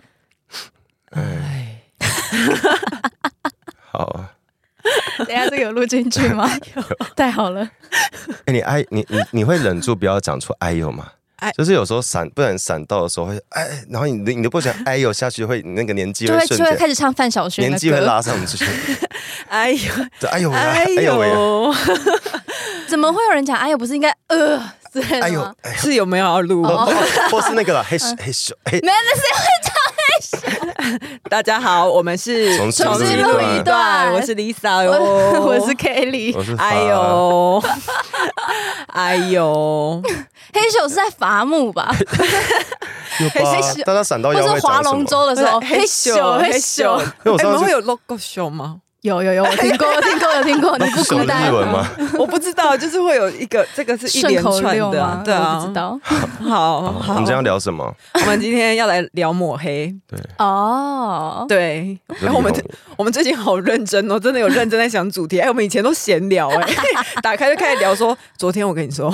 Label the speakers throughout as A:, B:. A: 有录进去 吗？太好了，
B: 哎，你哎，你你你会忍住不要讲出哎呦吗？
C: 哎
B: 就是有时候闪，不然闪到的时候会哎，然后你你你都不想哎呦下去，会你那个年纪
A: 就
B: 会
A: 会
B: 瞬
A: 就会
B: 间
A: 开始唱范晓萱
B: 年
A: 的
B: 纪会
A: 歌。
B: 拉上 去，
C: 哎呦，
B: 这哎呦喂啊
C: 哎
B: 哎呦喂啊，
C: 呦，
A: 怎么会有人讲哎呦？不是应该呃之类
B: 哎
A: 的
B: 呦
A: 吗？
B: 哎
C: 是有没有要录？
B: 哦，或或是那个啦，嘿咻嘿咻嘿，
A: 没有，那是
C: 大家好，我们是
B: 重新
A: 录一
C: 录
A: 段
C: 我是 Lisa 哟，
A: 我我是 Kelly。
B: 哎我是发
C: 哎，呦， 哎
A: 哦
C: 呦，
A: 黑手是在伐木 吧？
B: 有吧
A: 嘿咻
B: 大家闪到
A: 或
B: 腰
A: 是
B: 会长
A: 划
B: 什么
A: 龙舟的时候，嘿咻嘿咻，
B: 因为我
C: 你
B: 上
C: 哎们
B: 次
C: 会有 logo 秀吗？
A: 有有有，我听过，我听过，有听过，你不
B: 什么
A: 孤单
B: 日。文 吗？
C: 我不知道，就是会有一个这个是一
A: 顺
C: 连
A: 口
C: 串
A: 溜
C: 的
A: 吗
C: 啊，？对啊，
A: 我不知。道。
C: 好
B: 我
C: 好，
B: 们今天要聊什么？
C: 我们今天要来聊抹黑，
A: 哦，
C: 对，然后我们
B: 就是
C: 我们最近好认真哦，真的有认真在想主题。哎，我们以前都闲聊哎， 打开就开始聊说，昨天我跟你 说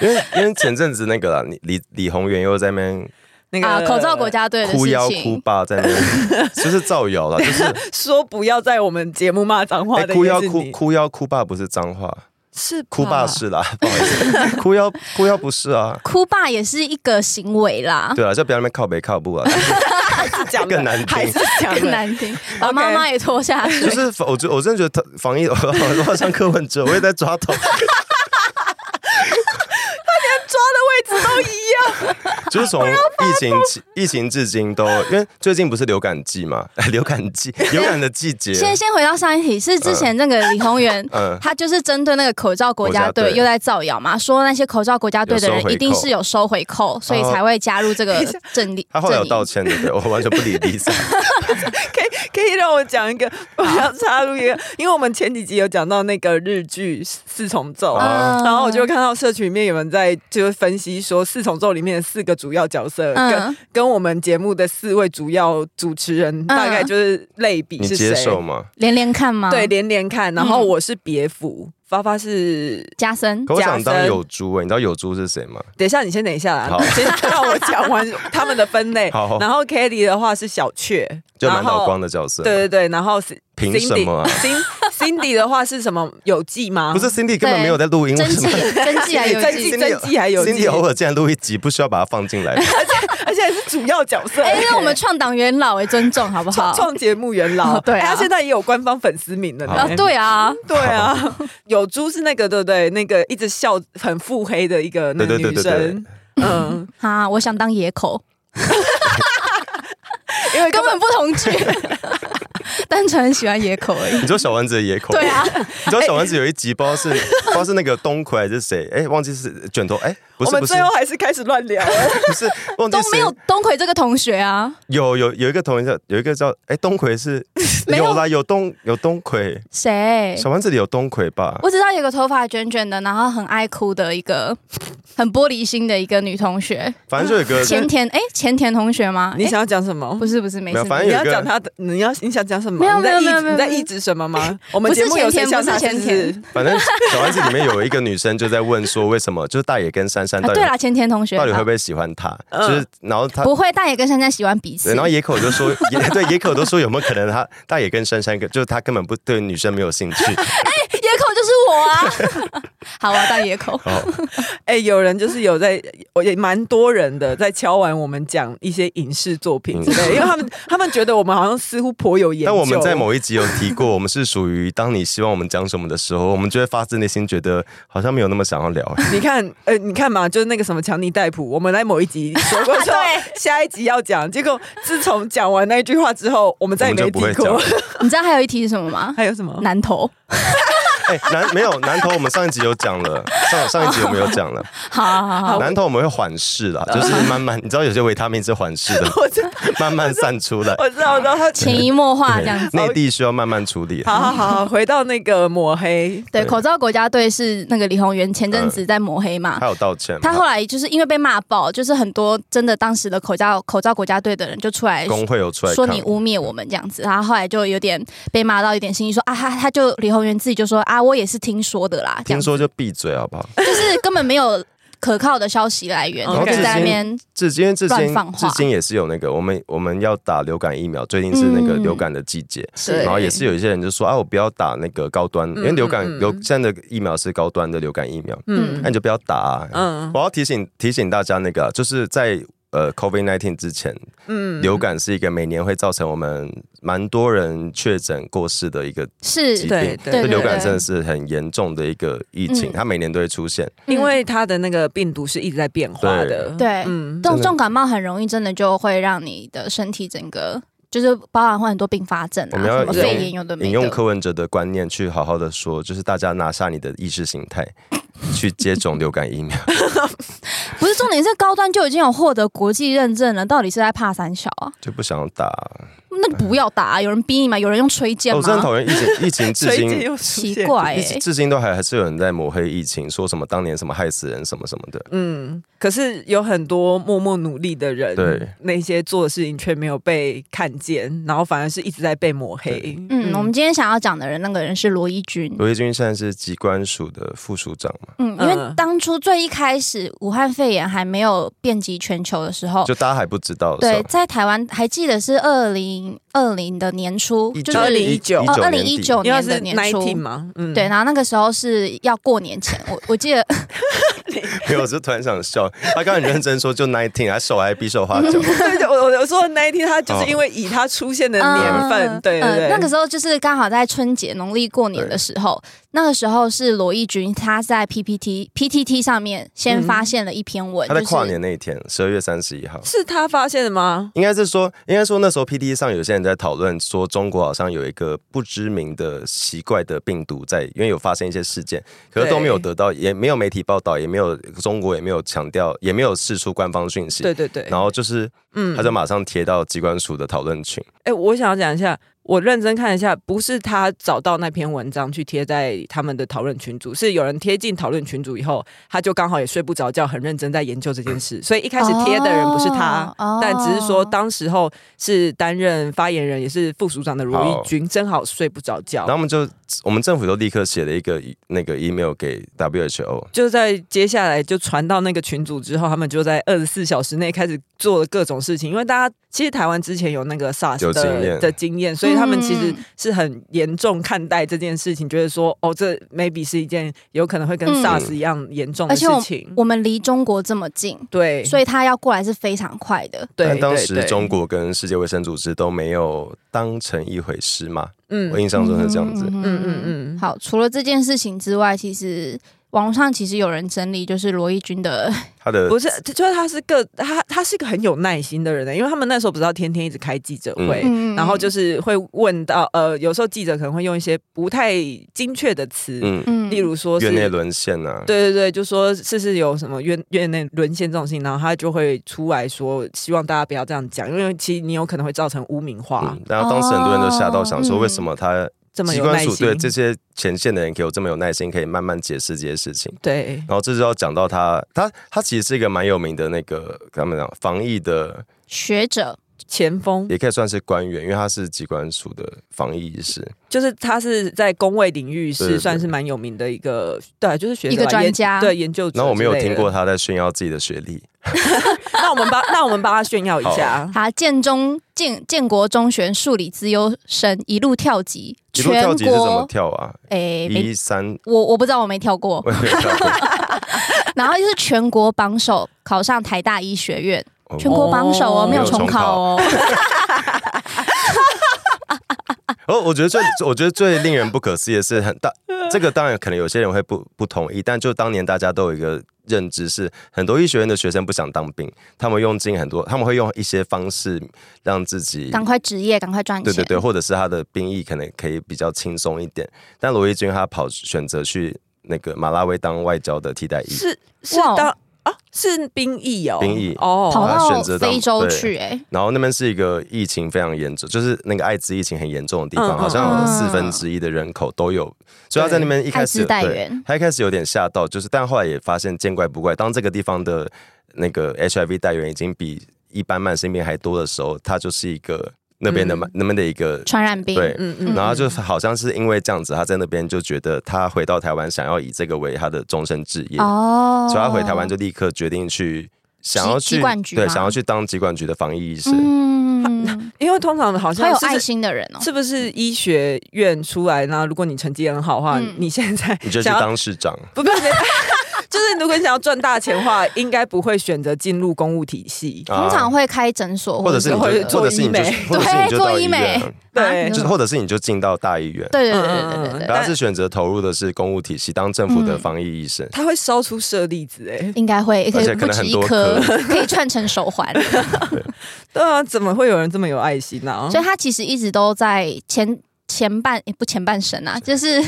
B: 因为因为前阵子那个啦，你李李宏源又在那边
C: 那
A: 啊，
C: 个
A: 口罩国家队的
B: 哭
A: 事
B: 腰哭
A: 情，
B: 爸，在那边 就是造谣了，就是
C: 说不要在我们节目骂脏话
B: 哎
C: 的
B: 哭
C: 也
B: 腰
C: 是
B: 哭
C: 你，啊
B: 哭腰哭爸不是脏话，
C: 是
B: 哭爸是啦，不好意思，哭腰哭腰不是啊，
A: 哭爸也是一个行为啦，
B: 对啊，就不要那边靠北靠步啊，
C: 还是讲的
B: 更难听
C: 还是讲
A: 更
C: 的
A: 难听，把妈妈也拖下
B: 就
A: 水。
B: 是我觉我真的觉得他防疫，我 好像柯文哲，我也在抓头，
C: 抓的位置都一样。
B: 就是从疫情起疫情至今都，因为最近不是流感季嘛， 流感季流感的季节，
A: 先先回到上一题，是之前那个李宏源。
B: 嗯，
A: 他就是针对那个口罩国家
B: 国家
A: 队
B: 队
A: 又在造谣嘛，说那些口罩国家队的
B: 有收
A: 人
B: 回扣哦
A: 一定是有收回扣，所以才会加入 这个阵地。
B: 他后来有
A: 阵营
B: 道歉的，对我完全不理 Lisa，
C: 可以可以让我讲一个，我要插入一个，因为我们前几集有讲到那个日剧《四重奏》
B: 啊
A: 嗯
C: 然后我就看到社群里面有人在就是分析说，《四重奏》里面的四个主要角色跟、
A: 嗯
C: 跟我们节目的四位主要主持人大概就是类比
B: 你
C: 是
B: 接
C: 谁？
B: 受吗？
A: 连连看吗？
C: 对，，连连看，然后我是别府，
A: 嗯
C: 发发是。
A: 加深
B: 可我想
C: 假
B: 当
C: 生
B: 有猪哎、你知道有猪是谁吗？
C: 等一下，你先等一下啦
B: 好，
C: 先让我讲完他们的分类
B: 好。
C: 然后 Kelly 的话是小雀，
B: 就
C: 然
B: 满脑
C: 后
B: 光的角色，
C: 对对对，然后是
B: 凭什么啊
C: Cindy Cindy 的话是什么有记吗？
B: 不是 Cindy 根本没有在录音，
A: 真
B: 为什
A: 气
B: 么
A: 真气还有
C: 真
A: 记
C: 气。真记还有记
B: Cindy 偶尔竟然录一集，不需要把它放 进来，
C: 而且还是主要角色。
A: 哎，那我们创党元老哎，尊重好不好
C: 创？创节目元老，
A: 哦 对啊
C: 哎他现在也有官方粉丝名了呢
A: 啊，
B: 哎
A: 对啊，
C: 对啊，有猪是那个对不对？那个一直笑很腹黑的一个那个
B: 对对
C: 女
B: 对对对
C: 生，嗯，
A: 啊，我想当野口，
C: 因为
A: 根本不同剧， 单纯很喜欢野口而已。
B: 你说小丸子的野口，
A: 对啊，
B: 你知道小丸子有一集，不知道是不知道是那个东魁还是谁，哎，忘记是卷头，哎，不
C: 我
B: 是
C: 们
B: 不是
C: 最后还是开始乱 聊了。
B: 不是，忘记
A: 都没
B: 谁
A: 有东魁这个同学啊，
B: 有有有一个同一个有一个叫哎东魁是
A: 没有
B: 有啦有东有东魁，
A: 谁？
B: 小丸子里有东魁吧？
A: 我只知道有个头发卷卷的，然后很爱哭的一个，很玻璃心的一个女同学，
B: 反正就有一个
A: 前田哎，前田同学吗？
C: 你
A: 诶
C: 想要讲什么？
A: 哎不是不是，没
B: 没
A: 事
B: 有，反正
C: 你
B: 哎有
C: 要
B: 一个
C: 讲他的，你要你想讲什么？
A: 没有
C: 你在
A: 没有没有没
C: 抑制
A: 有
C: 你在抑制什么吗？ 我们节目有谁像他
A: 不是前
C: 不
A: 天不是前
C: 是
A: 天？
B: 反正小丸子里面有一个女生就在问说为什么就是大野跟珊珊
A: 啊
B: 到底
A: 对啦，前田同学吧
B: 到底会不会喜欢他？
C: 嗯
B: 就是然后他
A: 不会，大野跟珊珊喜欢彼
B: 对，
A: 此
B: 然，后野口就说，野对野口都说有没有可能他大野跟珊珊跟就是他根本不对女生没有兴趣，
A: 野口就是我啊， 好，我要当野口。
B: 哦，
C: 哎、有人就是有在，我也蛮多人的在敲完我们讲一些影视作品之类的，因为他们他们觉得我们好像似乎颇有研
B: 嗯
C: 究。
B: 但我们在某一集有提过，我们是属于当你希望我们讲什么的时候，我们就会发自内心觉得好像没有那么想要 聊。
C: 你看，呃，你看嘛，就是那个什么强尼戴普，我们在某一集说过说
A: 对
C: 下一集要讲，结果自从讲完那句话之后，我们再也没
B: 欸我们就不
C: 提
B: 会
C: 过。
A: 你知道还有一题是什么吗？
C: 还有什么？
A: 南投。
B: 哎、南没有南投，我们上一集有讲了，上上一集我们有讲 了，
A: 好好好好，
B: 南投我们会缓释啦，就是慢慢，你知道有些维他命是缓释的，
C: 我知道，
B: 慢慢散出来，
C: 我知道，我知道他。
A: 潜移默化这样子。
B: 内地需要慢慢处理。
C: 好好好好，回到那个抹黑，
B: 对
A: 对，
B: 呃
A: 口罩国家队是那个李宏源前阵子在抹黑嘛。
B: 他有道歉吗，
A: 他后来就是因为被骂爆，就是很多真的当时的口罩口罩国家队的人就出来
B: 工会有出来
A: 说
B: 抗
A: 你污蔑我们这样子，然后后来就有点被骂到有点心虚，说啊他他就李宏源自己就说啊我也是听说的啦，这样
B: 听
A: 子
B: 说就闭嘴好不好？
A: 就是根本没有可靠的消息来源，
C: 嗯
B: 哦
A: 然后就在那边
B: 至今因为至
A: 乱
B: 今
A: 放话
B: 至今也是有那个，我们我们要打流感疫苗，最近是那个
A: 嗯
B: 流感的季节，
A: 对
B: 然后也是有一些人就说啊，我不要打那个高端，因为流感
C: 嗯嗯
B: 流现在的疫苗是高端的流感疫苗，
A: 嗯
B: 那你就不要打啊。
C: 嗯
B: 我要提醒提醒大家，那个啊就是在呃 COVID nineteen 之前，
C: 嗯
B: 流感是一个每年会造成我们蛮多人确诊过世的一个疾
A: 是
B: 病，
C: 对对
B: 所以流感
A: 对
B: 真的是很严重的一个疫情，
A: 嗯
B: 它每年都会出现。
C: 因为它的那个病毒是一直在变化的，
A: 对
C: 嗯，
A: 重
B: 真的
A: 重感冒很容易真的就会让你的身体整个就是包含会很多并发症
B: 我
A: 啊，
B: 们要引
A: 什么
B: 用
A: 肺炎有的没
B: 引用
A: 的。
B: 柯文哲的观念去好好的说，就是大家拿下你的意识形 态，去接种流感疫苗。
A: 不是重点是高端就已经有获得国际认证了，到底是在怕三小啊？
B: 就不想打。
A: 那你不要打、啊，有人逼你吗？有人用吹箭
B: 哦
A: 吗？
B: 我真的很讨厌疫情，疫情至
C: 随
B: 今
C: 即又出
A: 奇
C: 现
A: 怪、
B: 一直
A: 欸，
B: 至今都还还是有人在抹黑疫情，说什么当年什么害死人什么什么的。
C: 嗯，可是有很多默默努力的人，
B: 对
C: 那些做的事情却没有被看见，然后反而是一直在被抹黑。
A: 嗯，我们今天想要讲的人，那个人是罗一军。
B: 罗毅军现在是机关署的副署长嘛，
A: 嗯，因为当初最一开始武汉肺炎还没有遍及全球的时候，
B: 就大家还不知道的时
A: 对
B: 候，，
A: 在台湾还记得是二零二零的年初，就是
C: 2019
A: 哦，二零
B: 年
A: 一
B: 底，
A: 九
C: 因为
A: 年
C: 是
A: 的年
C: nineteen
A: 初。
C: 嘛，嗯，
A: 对，然后那个时候是要过年前，我我记 得
B: 没有，哎我就突然想笑。他刚刚很认真说就 nineteen，还手还比手画 脚。
C: 对，就我我我说的 nineteen，它就是因为以它出现的年份，对对对，
A: 嗯那个时候就是刚好在春节农历过年的时候，那个时候是罗毅军他在 PPT PTT 上面先
C: 嗯
A: 发现了一篇文，
B: 他在跨
A: 就是
B: 年那一天，十二月三十一号。
C: 是他发现的吗？
B: 应该是说，应该说那时候 P T E 上有些人在讨论说，中国好像有一个不知名的奇怪的病毒在，因为有发生一些事件，可是都没有得到，也没有媒体报道，也没有中国也没有强调，也没有释出官方讯息。
C: 对对对，
B: 然后就是，
C: 嗯
B: 他就马上贴到机关署的讨论群。
C: 哎、我想要讲一下，我认真看一下，不是他找到那篇文章去贴在他们的讨论群组，是有人贴进讨论群组以后，他就刚好也睡不着觉，很认真在研究这件事，所以一开始贴的人不是他。
A: 嗯哦
C: 但只是说，
A: 哦
C: 当时候是担任发言人，也是副署长的罗
B: 好
C: 义军，正好睡不着觉
B: 然后，我们就，我们政府就立刻写了一个那个 email 给 W H O，
C: 就在接下来就传到那个群组之后，他们就在二十四小时内开始做了各种事情，因为大家其实台湾之前有那个 SARS
B: 有
C: 的
B: 经验
C: 的经验，所以他们其实
A: 嗯
C: 是很严重看待这件事情，觉得说哦，这 maybe 是一件有可能会跟
A: 嗯
C: SARS 一样严重
A: 而
C: 的
A: 且
C: 事
A: 我
C: 情。
A: 我们离中国这么近，
C: 对，
A: 所以他要过来是非常快的。
C: 对
B: 但当
C: 对
B: 时
C: 对
B: 中国跟世界卫生组织都没有当成一回事嘛，
C: 嗯
B: 我印象中是这样子。
A: 嗯
C: 嗯嗯嗯
A: 好，除了这件事情之外，其实网络上其实有人整理，就是罗毅军的，
B: 他的
C: 不是，就是他是个他他是个很有耐心的人欸呢，因为他们那时候不知道天天一直开记者会，
A: 嗯，
C: 然后就是是会问到呃，有时候记者可能会用一些不太精确的词，
B: 嗯，
A: 嗯
C: 例如说是
B: 院内沦陷啊，
C: 对对对，就说是是有什么院院内沦陷这种事情，然后他就会出来说，希望大家不要这样讲，因为其实你有可能会造成污名化。
B: 嗯，然后当时很多人都吓到，想说
A: 哦
B: 为什么他
C: 嗯这么
B: 机
C: 有
B: 关
C: 耐
B: 署
C: 心，
B: 对这些前线的人可以有这么有耐心，可以慢慢解释这些事情。
C: 对
B: 然后这就要讲到他，他他其实是一个蛮有名的那个，他们讲防疫的，
A: 学者，
C: 前锋
B: 也可以算是官员，因为他是机关署的防疫医师。
C: 就是他是在工位领域
B: 对对
C: 是
B: 对
C: 算是蛮有名的一个，对，就是学者
A: 一个
C: 吧
A: 专
C: 研
A: 家
C: 对研究者。
B: 然后我没有听过，他在炫耀自己的学历，
C: 那我们 帮那我们帮他炫耀一下，
A: 他建中建建国中学数理资优生，一路跳级，
B: 一路跳
A: 全
B: 级是怎么
A: 国，
B: 跳啊？
A: 哎，没，
B: 一三，
A: 我我不知道，我没 跳过。
B: 我也没有 跳过
A: 然后就是全国榜首，考上台大医学院，全国榜首哦，
C: 哦
A: 没有重考哦。
B: 哦，我觉得最，我觉得最令人不可思议的是很大，这个当然可能有些人会不不同意，但就当年大家都有一个认知是，很多医学院的学生不想当兵，他们用尽很多，他们会用一些方式让自己
A: 赶快职业，赶快赚
B: 对
A: 钱。
B: 对对，或者是他的兵役可能可以比较轻松一点，但罗毅军他跑选择去那个马拉维当外交的替代役，
C: 是是
A: 哇
C: 当啊是兵役哦，
B: 兵役
A: 跑
C: 哦，
B: 他选
A: 到
B: 择当
A: 非洲
B: 对
A: 去、哎，
B: 然后那边是一个疫情非常严重，就是那个艾滋疫情很严重的地方，
C: 嗯嗯
B: 好像
A: 嗯
B: 有四分之一的人口都有，所以他在那边一开
A: 艾
B: 始
A: 滋带
B: 对
A: 源，
B: 他一开始有点吓到，就是但后来也发现见怪不怪，当这个地方的那个 HIV 带源已经比一般慢性病还多的时候，它就是一个。那边的、
C: 嗯
B: 那边的一个
A: 传染病，
B: 对
C: 嗯
B: 然后他就是好像是因为这样子，他在那边就觉得他回到台湾想要以这个为他的终身职业，
A: 哦，
B: 所以他回台湾就立刻决定去想要
A: 机
B: 去
A: 机管局
B: 对，
A: 吗
B: 想要去当疾管局的防疫医师。
A: 嗯，
C: 因为通常好像
A: 好有
C: 是不
A: 爱
C: 是
A: 心的人哦，
C: 是不是医学院出来呢？如果你成绩很好的话，
A: 嗯
C: 你现在
B: 你就去
C: 想要
B: 当市长，
C: 不不不， 就是如果你想要赚大钱的话，应该不会选择进入公务体系。
A: 通常会开诊所，
B: 或者是你就
C: 会
B: 啊或
C: 做
B: 者是
C: 医
B: 你就
C: 美
B: 或者是你就到
A: 对做
B: 医
A: 医美
B: 院，
A: 对，
C: 对嗯
A: 啊你
B: 就是或者是你就进到大医院。
A: 对对对对对对
B: 然后
A: 对，
B: 他是选择投入的是公务体系，当政府
A: 嗯
B: 的防疫医生。
C: 他会烧出舍利子哎、
A: 应该会，
B: 而且可
A: 不
B: 能
A: 止
B: 很
A: 一
B: 多
A: 颗，可以串成手 环。
C: 对啊，怎么会有人这么有爱心啊呢、
A: 所以他其实一直都在前前半、诶不前半生啊，就是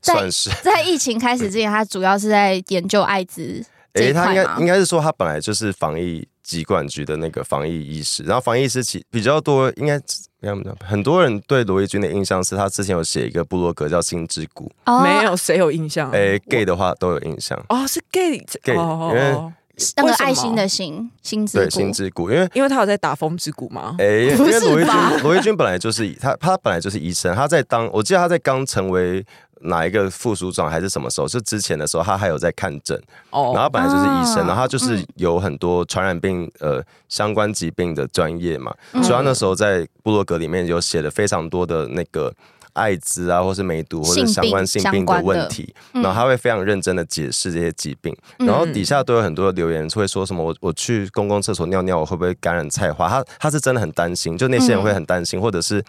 A: 在
B: 算是，
A: 在疫情开始之前，他主要是在研究艾滋这
B: 诶，
A: 一
B: 他应
A: 块嘛
B: 该应。该是说他本来就是防疫疾管局的那个防疫医师，然后防疫师其比较多，应该应该怎么讲很多人对罗毅军的印象是他之前有写一个部落格叫《心之谷》，
A: 哦
C: 没有谁有印象。啊
B: 诶 g a y 的话都有印象，
C: 哦，是 gay
B: gay，因为
C: 哦，
A: 那个
C: 为什么
A: 爱心的心心之
B: 对，《
A: 谷
B: 心之谷》，因为
C: 因为他有在打风之谷嘛。
B: 诶，哎因
A: 不
B: 为
A: 是
B: 罗毅军
A: 吧，
B: 罗毅军本来就是他，他本来就是医生，他在当，我记得他在刚成为哪一个副署长还是什么时候，就之前的时候，他还有在看诊，
C: 哦，
B: 然后他本来就是医生，然
A: 啊
B: 后他就是有很多传染病呃相关疾病的专业嘛，
A: 嗯
B: 所以他那时候在部落格里面有写了非常多的那个。艾滋啊，或是梅毒，或
A: 性
B: 者
A: 病
B: 相关性病
A: 相
B: 的
A: 关的
B: 问题，
A: 嗯
B: 然后他会非常认真的解释这些疾病，
A: 嗯
B: 然后底下都有很多的留言会说什么我我去公共厕所尿尿，我会不会感染菜花？他他是真的很担心，就那些
A: 嗯
B: 人会很担心，或者是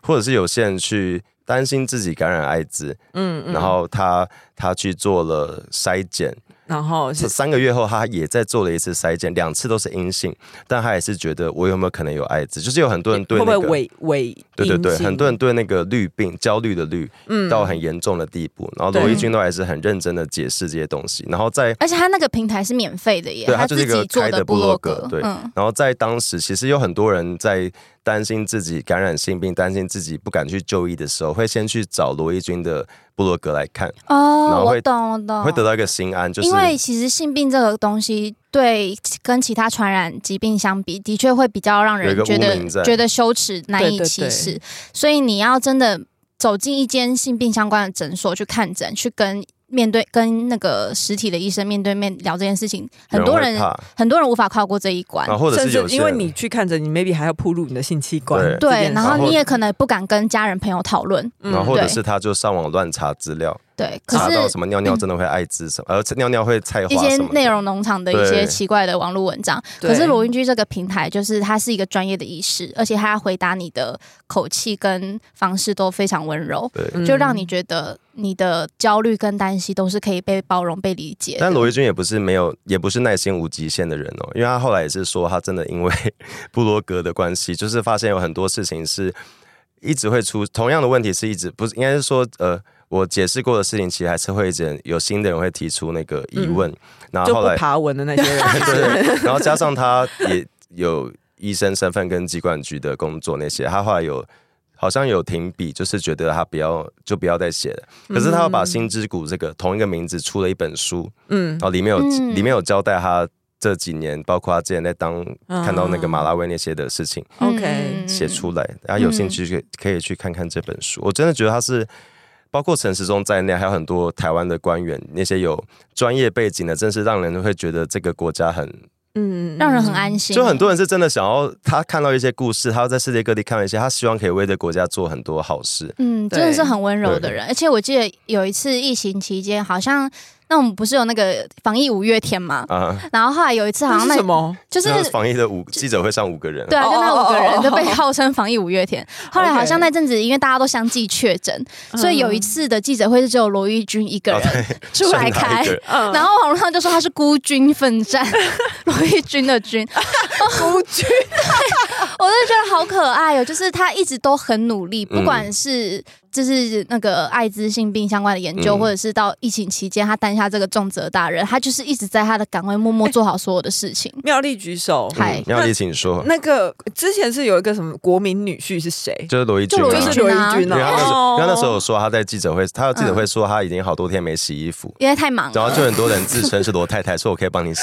B: 或者是有些人去担心自己感染艾滋，
C: 嗯
B: 然后他他去做了筛检，
C: 然后
B: 这
C: 是
B: 三个月后，他也在做了一次筛检，两次都是阴性，但他也是觉得我有没有可能有艾滋？就是有很多人对
C: 会
B: 那
C: 不
B: 个，
C: 会伪伪
B: 对对对，
C: 阴性
B: 很多人对那个绿病、焦虑的绿，到很严重的地步。然后罗
C: 对
B: 毅军都还是很认真的解释这些东西，然后在。
A: 而且他那个平台是免费的耶，
B: 对，
A: 他
B: 他就是一
A: 自己
B: 个
A: 做
B: 开的
A: 部
B: 部
A: 落
B: 落
A: 格
B: 格，，对。
A: 嗯，
B: 然后在当时，其实有很多人在担心自己感染性病，担心自己不敢去就医的时候，会先去找罗毅军的部落格来看，然
A: 哦，
B: 后会
A: 我懂，我懂，
B: 会得到一个心安，就是
A: 因为其实性病这个东西，对跟其他传染疾病相比，的确会比较让
B: 有一
A: 人
B: 个
A: 觉
B: 污名
A: 得
B: 在
A: 觉得羞耻、难以
C: 对对
A: 启齿。
C: 对
A: 所以你要真的走进一间性病相关的诊所去看诊，去跟面对跟那个实体的医生面对面聊这件事情，很多
B: 会
A: 人
B: 怕，
A: 很多人无法跨过这一关。
B: 然后或者
C: 甚
B: 是有
C: 至
B: 些
C: 因为
B: 人
C: 你去看着你，maybe 还要铺露你的性器官
B: 对，
A: 对，然
B: 然
A: 后
B: 后
A: 你也可能不敢跟家人朋友讨论，
B: 然后或者
A: 对
B: 是他就上网乱查资料，
A: 对。可
B: 查到
A: 是嗯
B: 什么尿尿真的会艾滋什么，呃，尿尿会菜
A: 一
B: 花
A: 些
B: 什么的
A: 内容农场的一些
B: 对
A: 奇怪的网络文章，
C: 对
A: 可是罗云居这个平台，就是他是一个专业的医师，而且他回答你的口气跟方式都非常温柔，
B: 对。
C: 嗯
A: 就让你觉得你的焦虑跟担心都是可以被包容、被理解的。
B: 但罗毅军也不是没有，也不是耐心无极限的人哦，因为他后来也是说，他真的因为 布罗格的关系，就是发现有很多事情是一直会出同样的问题，是一直不是应该是说，呃，我解释过的事情，其实还是会一直有新的人会提出那个疑
A: 嗯
B: 问，然后
C: 就
B: 后
C: 不
B: 来
C: 爬文的那 些人，
B: 对，然后加上他也有医生身份跟机关局的工作那些，他后来有好像有停笔，就是觉得他不要就不要再写了。可是他要把《心之谷》这个同一个名字出了一本书，
C: 嗯
B: 然，后里面有、
A: 嗯
B: 里面有交代他这几年，包括他之前在当
C: 啊
B: 看到那个马拉维那些的事情
C: OK，
A: 嗯
B: 写出来，大家有兴趣可可以去看看这本书。我真的觉得他是。包括陈时中在内，还有很多台湾的官员，那些有专业背景的，真是让人会觉得这个国家很
C: 嗯
A: 让人很安心。
B: 就很多人是真的想要，他看到一些故事，他要在世界各地看到一些，他希望可以为这国家做很多好事。
A: 嗯，
C: 对
A: 真的是很温柔的人。而且我记得有一次疫情期间，好像那我们不是有那个防疫五月天嘛，
B: 啊，
A: 然后后来有一次好像那
C: 那是 什么？
A: 就是
B: 那防疫的五记者会上五个人，
A: 对啊，就那五个
C: 哦哦哦
A: 人
C: 哦
A: 就被号称防疫五月 天。后来好像那阵子，因为大家都相继
C: 嗯
A: 确诊，所以有一次的记者会是只有罗玉军一个
C: 啊
B: 哦
A: 人出来
B: 剩他
A: 开
B: 一个。人
C: 嗯，
A: 然后网络上就说他是孤军奋 战，罗玉军的军，
C: 孤军，嗯
A: 我就觉得好可爱哦。就是他一直都很努力，不管是就是那个艾滋性病相关的研究，
B: 嗯
A: 或者是到疫情期间他担下这个重责大任，他就是一直在他的岗位默默做好所有的事情。
C: 妙丽举手，
A: 嗨
B: 嗯妙丽，请说，
C: 那个之前是有一个什么国民女婿是谁？
B: 就是罗一君
A: 就罗
B: 啊
A: 一君
C: 就是罗一军
B: 因为他那时候，
C: 哦
B: 因为他那时候有说他在记者会，他有记者会说他已经好多天没洗衣服，
A: 因为太忙
B: 然
A: 了，
B: 后就很多人自称是罗太太，说我可以帮你洗，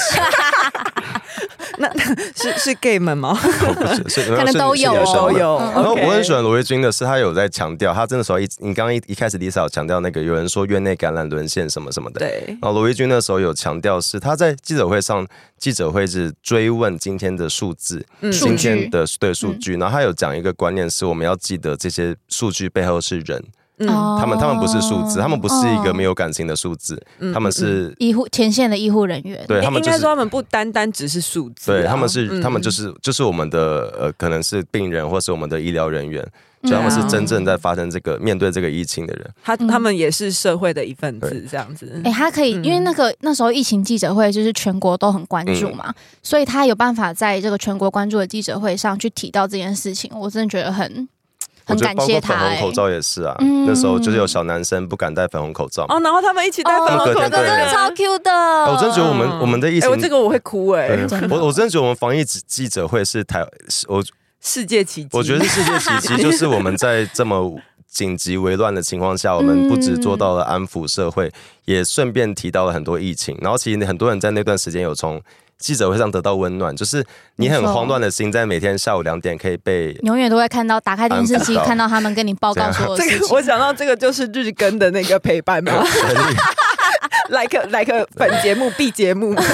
C: 是是 gay 们吗？
B: 我不 是，是
A: 可能都有
B: 是女生
A: 哦
C: 都
B: 吗
C: 有。
B: 然后
C: OK
B: 我很喜欢罗瑞君的是，他有在强调，他真的时候一，你刚刚一一开始 Lisa 有强调那个有人说院内感染沦陷什么什么的。
C: 对，
B: 然后罗瑞君那时候有强调是他在记者会上，记者会是追问今天的数字，
C: 嗯
A: 数据
B: 今天的对数据，然后他有讲一个观念是我们要记得这些数据背后是人，
A: 哦
C: 嗯，
B: 他们他们不是数字，他们不是一个没
A: 有
B: 有感情的数字，
C: 嗯
B: 他们是
A: 哦医护前线的医护人员，
B: 对他们
C: 应
B: 就
C: 该
B: 是
C: 说他们不单单只是数字啊，
B: 对，他们是、
C: 嗯
B: 他们就。
C: 嗯
B: 是就是我们的呃，可能是病人或是我们的医疗人员，就他们是
C: 嗯
B: 真
A: 哦
B: 正在发生这个面对这个疫情的人。
C: 他
A: 嗯
C: 他们也是社会的一份子
B: 对，
C: 这样子。
A: 哎、他可
B: 嗯
A: 以，因为那个那时候疫情记者会就是全国都很关注
B: 嗯
A: 嘛，所以他有办法在这个全国关注的记者会上去提到这件事情，我真的觉得很
B: 我
A: 很
B: 觉得
A: 感
B: 包括
A: 谢他、
B: 粉红
A: 欸
B: 口。罩也是啊，
A: 嗯
B: 那时候就是有小男生不敢戴粉红口罩。
C: 哦，然后他们一起戴粉
A: 哦
C: 红
B: 对
C: 口
B: 对
C: 罩，
A: 那个真
B: 对哎
A: 的超 Q 的，
B: 我真的觉得我们
C: 嗯
B: 我们的疫
C: 哎，
B: 情，
C: 我这个我会哭哎，
B: 对
A: 真的
B: 我我真的觉得我们防疫记者会是台，是我
C: 世界奇迹。
B: 我觉得是世界奇迹，就是我们在这么紧急危乱的情况下，我们不止做
A: 嗯
B: 到了安抚社会，也顺便提到了很多疫情。然后其实很多人在那段时间有从记者会上得到温暖，就是你很
A: 没错
B: 慌乱的心，在每天下午两点可以被
A: 永远都会看到打开电视机
B: 嗯
A: 看到他们跟你报告所有
C: 这
A: 事
C: 个
A: 情。
C: 我想到这个就是日更的那个陪 伴嘛，like like 本节目 B 节目，
B: 对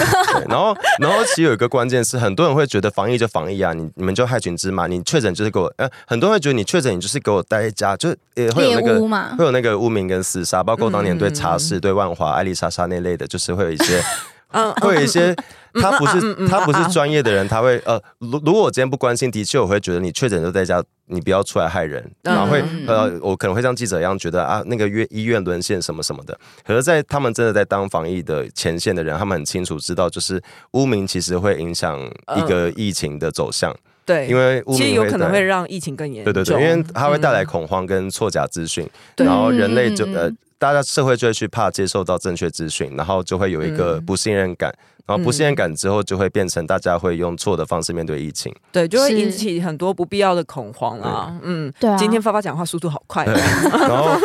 B: 然后，然后其实有一个关键是，很多人会觉得防疫就防疫啊，你你们就害群之马，你确诊就是给我，呃，很多人会觉得你确诊你就是给我待在家，就也会有那
A: 猎
B: 个
A: 巫嘛嗯
B: 会有那个污名跟厮杀，包括当年对茶室、对万华、艾丽莎莎那类的，就是会有一些。
C: 嗯，
B: 会有一些他不
C: 嗯
B: 是
C: 嗯
B: 他不
C: 啊
B: 是
C: 啊
B: 专业的人，他会呃，如如果我今天不关心，的确我会觉得你确诊就在家，你不要出来害人，
C: 嗯
B: 然后会
A: 嗯
B: 呃，我可能会像记者一样觉得啊，那个院医院沦陷什么什么的。可是，在他们真的在当防疫的前线的人，他们很清楚知道，就是污名其实会影响一个疫情的走向，
C: 呃对，
B: 因为污
C: 其实
B: 名
C: 有可能会
B: 带
C: 让疫情更严
B: 对
C: 重，嗯
B: 对对，因为它会带来恐慌跟错假资讯，然后人类就
A: 嗯嗯嗯
B: 呃，大家社会就会去怕接受到正确资讯，然后就会有一
C: 嗯
B: 个不信任感，然后不信任感之后就会变成大家会用错的方式面对疫 情。
C: 对，就会引
A: 是
C: 起很多不必要的恐慌啊。嗯，
A: 对啊，
C: 今天发发讲话速度好快哦，
B: 然后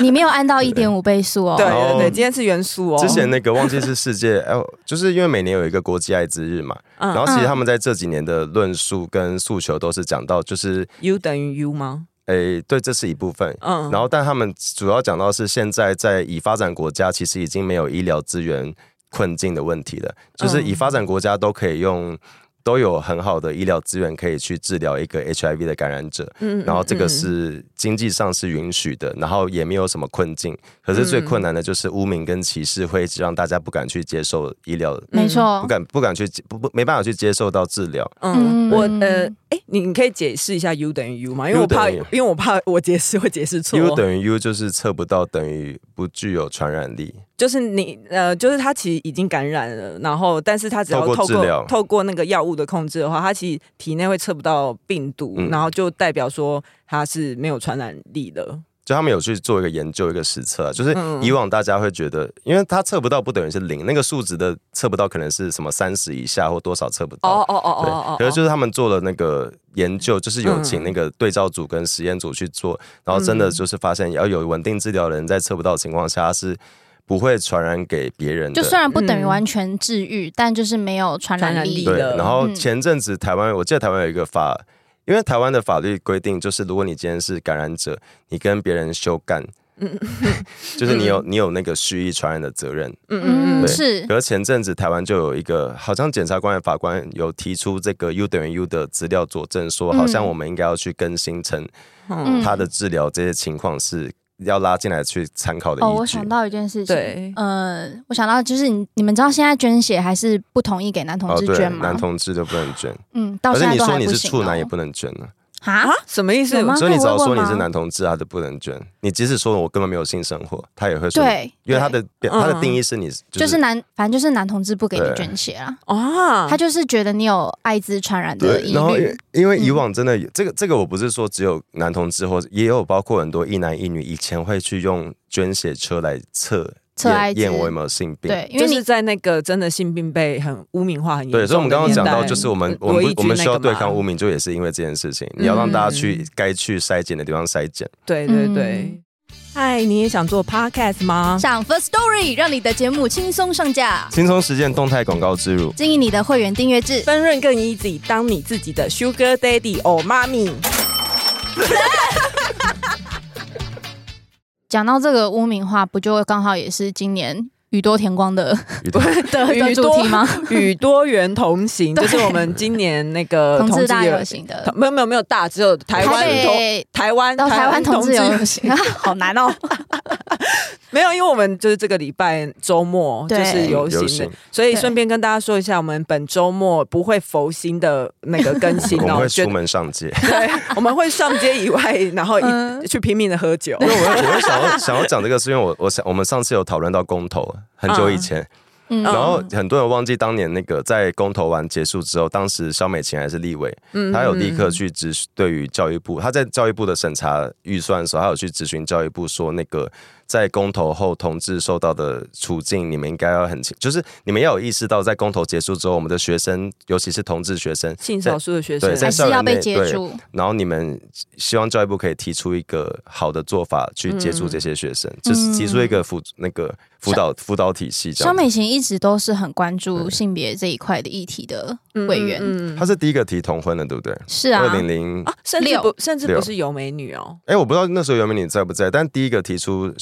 A: 你没有按到一点五倍速哦。
C: 对
B: 然
C: 对
B: 后
C: 对，今天是元素哦。
B: 之前那个忘记是世界，哎，就是因为每年有一个国际艾滋日嘛，
C: 嗯
B: 然后其实他们在这几年的论述跟诉求都是讲到，就是
C: U 等于 U 吗？
B: 哎，对，这是一部分。
C: 嗯，
B: 然后，但他们主要讲到是现在在已发展国家，其实已经没有医疗资源困境的问题了，就是
C: 嗯
B: 已发展国家都可以用。都有很好的医疗资源可以去治疗一个 HIV 的感染者，
C: 嗯
B: 然后这个是经济上是允许的，然后也没有什么困境。可是最困难的就是污名跟歧视，会一直让大家不敢去接受医疗，
C: 嗯
A: 没错
B: 嗯不，敢不敢去不不没办法去接受到治疗。
A: 嗯
C: 嗯，我呃，哎，你你可以解释一下 U 等于 U 吗？因为
B: U
C: 我怕，
B: 等于
C: 因为我怕我解释会解释错。哦
B: U 等于 U 就是测不到等于不具有传染力。
C: 就是你呃，就是他其实已经感染了，然后但是他只要
B: 透
C: 透
B: 过
C: 过
B: 治疗
C: 透过那个药物的控制的话，他其实体内会测不到病毒，
B: 嗯
C: 然后就代表说他是没有传染力的。
B: 就他们有去做一个研究，一个实测啊，就是
C: 嗯
B: 以往大家会觉得，因为它测不到不等于是零，那个数值的测不到可能是什么三十以下或多少测不到。
C: 哦哦
B: 对，可是就是他们做了那个研究，就是有请那个对照组跟实验组去做，然后真
C: 嗯
B: 的就是发现，要有稳定治疗的人在测不到的情况下他是不会传染给别人的。
A: 就虽然不等于完全治愈，但就是没有传染力。
B: 对，
C: 的
B: 然后
A: 嗯
B: 前阵子台湾，我记得台湾有一个法，因为台湾的法律规定，就是如果你今天是感染者，你跟别人休 干，就是你有你有那个蓄意传染的责任。
C: 嗯嗯
A: 嗯，
C: 嗯
B: 对
A: 是
B: 可是前阵子台湾就有一个，好像检察官、法官有提出这个 U 等于 U 的资料佐证说，
A: 嗯
B: 好像我们应该要去更新成
C: 嗯，
B: 他的治疗这些情况是要拉进来去参考的
A: 哦，
B: 依
A: 我
B: 据
A: 想。到一件事情，
C: 对
A: 呃，我想到就是你你们知道现在捐血还是不同意给男同志
B: 哦对
A: 捐，吗
B: 男？同志就不能捐，
A: 嗯，到
B: 而
A: 现
B: 且你
A: 在都
B: 说
A: 还
B: 你
A: 不
B: 是
A: 行
B: 处男也
A: 哦。
B: 不能捐了，
A: 啊
C: 啊？什么意思
A: 有？吗
B: 所以你只要
A: 那我
B: 说
A: 问
B: 你
A: 吗
B: 是男同志啊，他就不能捐。你即使说我根本没有性生活，他也会说，
A: 对，
B: 因为他
A: 对
B: 的表他的
C: 嗯
B: 定义是你
A: 就是、
B: 是
A: 男，反正就是男同志不给你
B: 对
A: 捐血啦，
C: 啊，
A: 他就是觉得你有艾滋传染的疑
B: 然后因
A: 虑
B: 为。因为以
A: 嗯
B: 往真的有、这个这个我不是说只有男同志，或者也有包括很多一男一女，以前会去用捐血车来测
A: 测艾
B: 验
A: 滋
B: 验我有没有性病。
A: 对，因为
C: 就
A: 你
C: 是在那个真的性病被很污名化很严重
B: 对，
C: 的
B: 所以我们刚刚讲
C: 年
B: 到，
C: 代嗯
B: 就是我们我
C: 罗
B: 们
C: 伊
B: 不我
C: 军
B: 们
C: 那
B: 需要
C: 个
B: 对
C: 嘛
B: 抗污名，就也是因为这件事情，你要让大家去该去筛检的地方筛检。
C: 对对
A: 嗯
C: 对。嗨，你也想做 podcast
B: 啊
C: 吗？
A: 上 First Story 让你的节目轻松上架，
B: 轻松实践动态广告植入，
A: 经营你的会员订阅制。
C: 分润更 easy，当你自己的 sugar daddy or mommy。
A: 讲到这个污名化，不就刚好也是今年宇多田光的
B: 宇多
A: 的
C: 宇
A: 的主
C: 多
A: 题 吗？
C: 与多元同行，就是我们今年那个
A: 同志
C: 志
A: 大
C: 游
A: 游，行的
C: 呃同没有没有没有大，只有台湾同
A: 北
C: 台湾
A: 到台湾同志
C: 游
A: 游行，啊 好难 哦。
C: 没有，因为我们就是这个礼拜周末就
A: 对
C: 是游
B: 游
C: 行
B: 行
C: 的，所以
A: 对
C: 顺便跟大家说一下，我们本周末不会佛心的那个更新
B: 我们
C: 哦，
B: 会
C: 绝
B: 出门上街。
C: 对，我们会上街以外，然后一、
A: 嗯
C: 去拼命的喝酒
B: 因。为我会我会想 要想要讲这个，是因为我我想我们上次有讨论到公投，很久以前，
A: 嗯
B: 然后很多人忘记当年那个在公投完结束之后，当时肖美琴还是立委，
A: 嗯
B: 她有立刻去咨询对于教育部，她在教育部的审查预算的时候，她有去咨询教育部说，那个在公投后同志受到的处境，你们应该要很清，就是你们要有意识到，在公投结束之后，我们的学生，尤其是同志学生，
C: 性少数的学生
B: 对，
A: 还
B: 在校
A: 是要
B: 园内
A: 被接
B: 对
A: 触，
B: 然后你们希望教育部可以提出一个好的做法去接触这些学生，就是提出一个辅那个辅导辅导体系这
A: 肖
B: 样子。
A: 美琴一直都是很关注性别这一块的议题的委员，
C: 嗯
B: 他是第一个提同婚的，对不对？
A: 是啊，
B: 二零零
C: 啊，甚至
A: 六
C: 不甚至
B: 六
C: 不是有美女哦，
B: 哎，我不知道那时候有没有你在不在，但第一个提出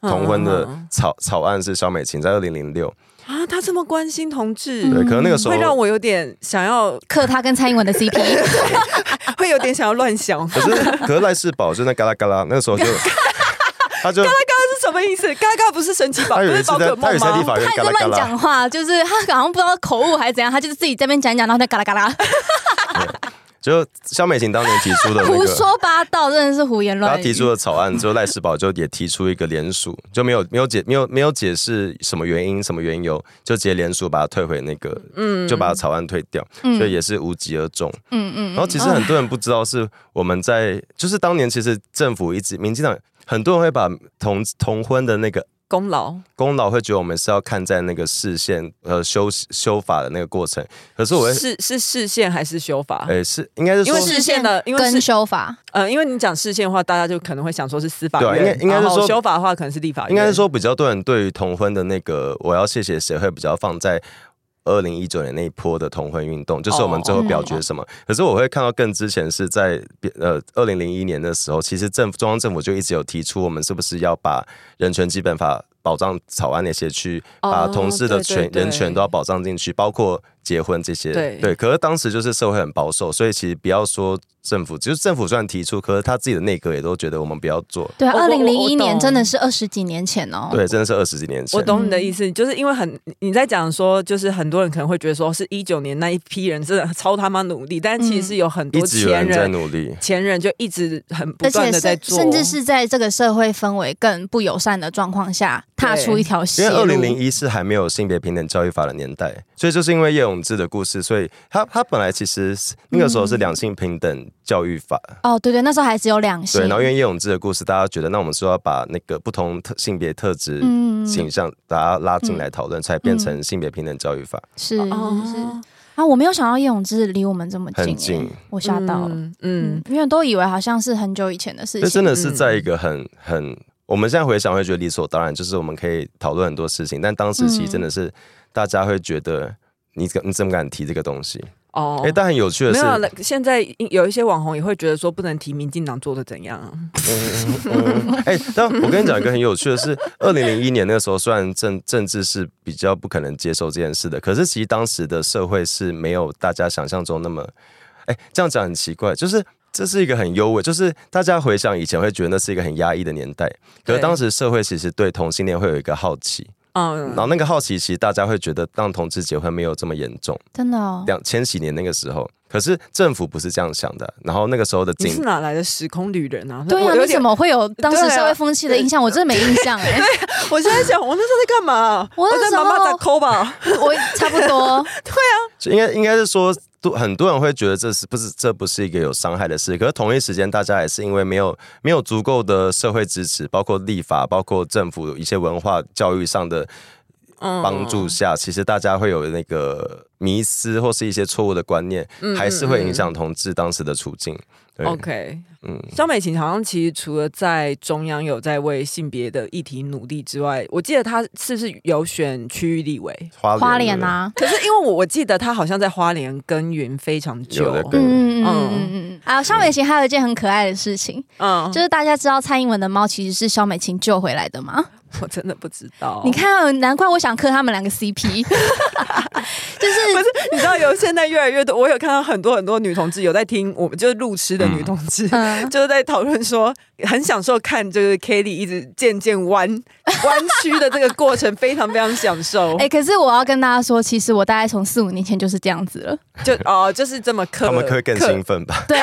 B: 同婚的
C: 嗯嗯嗯
B: 草草案是肖美琴，在二零零六。
C: 啊，他这么关心同志，
A: 嗯
B: 对，可能那个时候
C: 会让我有点想要，
A: 克他跟蔡英 文的 E，CP，
C: 会有点想要乱想，
B: 可是 可是赖世宝就那嘎啦嘎啦，那个时候 就他就
C: 这是什么意思？嘎嘎不是神奇宝，
B: 他
C: 不
B: 有一
C: 是
B: 次
C: 宝
B: 在
C: 可
B: 他有
C: 梦
B: 一次在立
C: 吗？
B: 法院
A: 他一
B: 嘎
A: 直
B: 啦嘎
A: 乱
B: 啦，
A: 讲话，就是他好像不知道口误还是怎样，他就是自己在那边讲一讲，然后在嘎啦 嘎啦，
B: 就肖美琴当年提出的那
A: 胡
B: 个。
A: 说八道，真的是胡言
B: 他
A: 乱语
B: 提。出了草案之后，赖世宝就也提出一个联署，就没有没有解没有没有解释什么原因什么缘由，就直接联署把它退回那个，就把草案退掉，所以也是无疾而终。
A: 嗯嗯，
B: 然后其实很多人不知道是我们在，就是当年其实政府一直民进党很多人会把同同婚的那个。
C: 功劳，
B: 功劳会觉得我们是要看在那个视线呃修修法的那个过程，可是我会
C: 是是视线还是修法？
B: 诶是应该哎是
C: 因
B: 说
C: 为视线的，因为
A: 跟
C: 是
A: 修法，
C: 呃，因为你讲视线的话，大家就可能会想说是司法
B: 对啊
C: 院，
B: 应该应该是
C: 然后
B: 说
C: 修法的话可能是立法院，
B: 应该是说比较多人对于同婚的那个“我要谢谢谁”会比较放在二零一九年那一波的同婚运动，就是我们
C: 哦
B: 最后
C: 嗯
B: 表决什么。可是我会看到更之前是在呃二零零一年的时候，其实政府中央政府就一直有提出，我们是不是要把人权基本法保障草案那些去
C: 哦
B: 把同志的
C: 对对
B: 权、
C: 对
B: 人权都要保障进去，包括结婚这些。
C: 对
B: 可是当时就是社会很保守，所以其实不要说政府，就是政府虽然提出，可是他自己的内阁也都觉得我们不要做。
A: 对啊，
C: 我
A: 二
C: 我
A: 零零
C: 我
A: 一
C: 懂
A: 年真的是二十几年前哦。
B: 对，真的是二十几年前。
C: 我懂你的意思，就是因为很你在讲说，就是很多人可能会觉得说是一九年那一批人真的超他妈努力，但其实有很
B: 嗯一
C: 多
B: 直有
C: 前
B: 人在
C: 人。
B: 努力。
C: 前人就一直很不
A: 而且
C: 断的在
A: 甚
C: 做，
A: 甚至是在这个社会氛围更不友善的状况下，踏
C: 对
A: 出一条邪
B: 因为
A: 路。
B: 二零零一是还没有性别平等教育法的年代，所以就是因为叶永志的故事，所以他他本来其实是那个时候是两性平等教育法，
A: 哦，对对，那时候还只有两性。
B: 对，然后因为叶永志的故事，大家觉得那我们说要把那个不同特性别特质
A: 嗯
B: 倾向大家拉进来讨论，才变成性别平等教育法，
A: 是是
C: 哦
A: 是啊，我没有想到叶永志离我们这么近欸，
B: 很近
A: 我吓到了。
C: 嗯
A: 嗯
C: 嗯，
A: 因为都以为好像是很久以前的事
B: 这
A: 情，
B: 真的是嗯在一个很很。我们现在回想会觉得理所当然，就是我们可以讨论很多事情，但当时其实真的是大家会觉得你怎你怎么敢提这个东西？
C: 哦
B: 哎、，但很有趣的
C: 没
B: 是，
C: 有了。现在有一些网红也会觉得说不能提民进党做的怎样啊，
B: 哎、但我跟你讲一个很有趣的是，二零零一年那个时候，虽然政政治是比较不可能接受这件事的，可是其实当时的社会是没有大家想象中那么……哎、这样讲很奇怪，就是。这是一个很优惠，就是大家回想以前会觉得那是一个很压抑的年代，可是
C: 对
B: 当时社会其实对同性恋会有一个好奇，
C: 嗯
B: 然，后那个好奇，其实大家会觉得让同志结婚没有这么严重，
A: 真的哦，
B: 两千禧年那个时候，可是政府不是这样想的。然后那个时候的
C: 你
B: 警
C: 是哪来的时空旅人啊？
A: 对
C: 我
A: 啊，
C: 有
A: 你
C: 点
A: 怎，么会有当时
C: 对啊
A: 社会风气的印象？我真的没印象 哎，
C: 我现在想，我那时候在干嘛？
A: 我
C: 我
A: 那
C: 在
A: 时候
C: 妈妈在 抠吧。
A: 我差不多，
B: 就应该应该是说，都很多人会觉得这是不是这不是一个有伤害的事，可是同一时间，大家也是因为没有没有足够的社会支持，包括立法，包括政府一些文化教育上的
C: 嗯
B: 帮助下，其实大家会有那个迷失或是一些错误的观念，还是会影响同志当时的处境。对，
C: 嗯 OK，
B: 嗯，
C: 肖美琴好像其实除了在中央有在为性别的议题努力之外，我记得她是不是有选区域立 委？
B: 花莲
A: 花脸，啊，
C: 可是因为我我记得她好像在花莲耕耘非常久
B: 有，在
A: 嗯
B: 耕
A: 嗯嗯嗯嗯嗯。啊，肖美琴还有一件很可爱的事情，
C: 嗯，
A: 就是大家知道蔡英文的猫其实是肖美琴救回来的吗？
C: 我真的不知道。
A: 你看，难怪我想磕他们两 个 CP，就是
C: 不是，你知道有现在越来越多，我有看到很多很多女同志有在听我们就是路痴的女同志，
A: 嗯
C: 就是在讨论说很享受看就是 Kelly 一直渐渐弯 弯曲的这个过程，非常非常享受。
B: 哦
A: 哎、可是我要跟大家说，其实我大概从四五年前就是这样子了。
C: 就哦，就是这么刻，
B: 他们会更
C: 刻
B: 兴奋吧？
A: 对，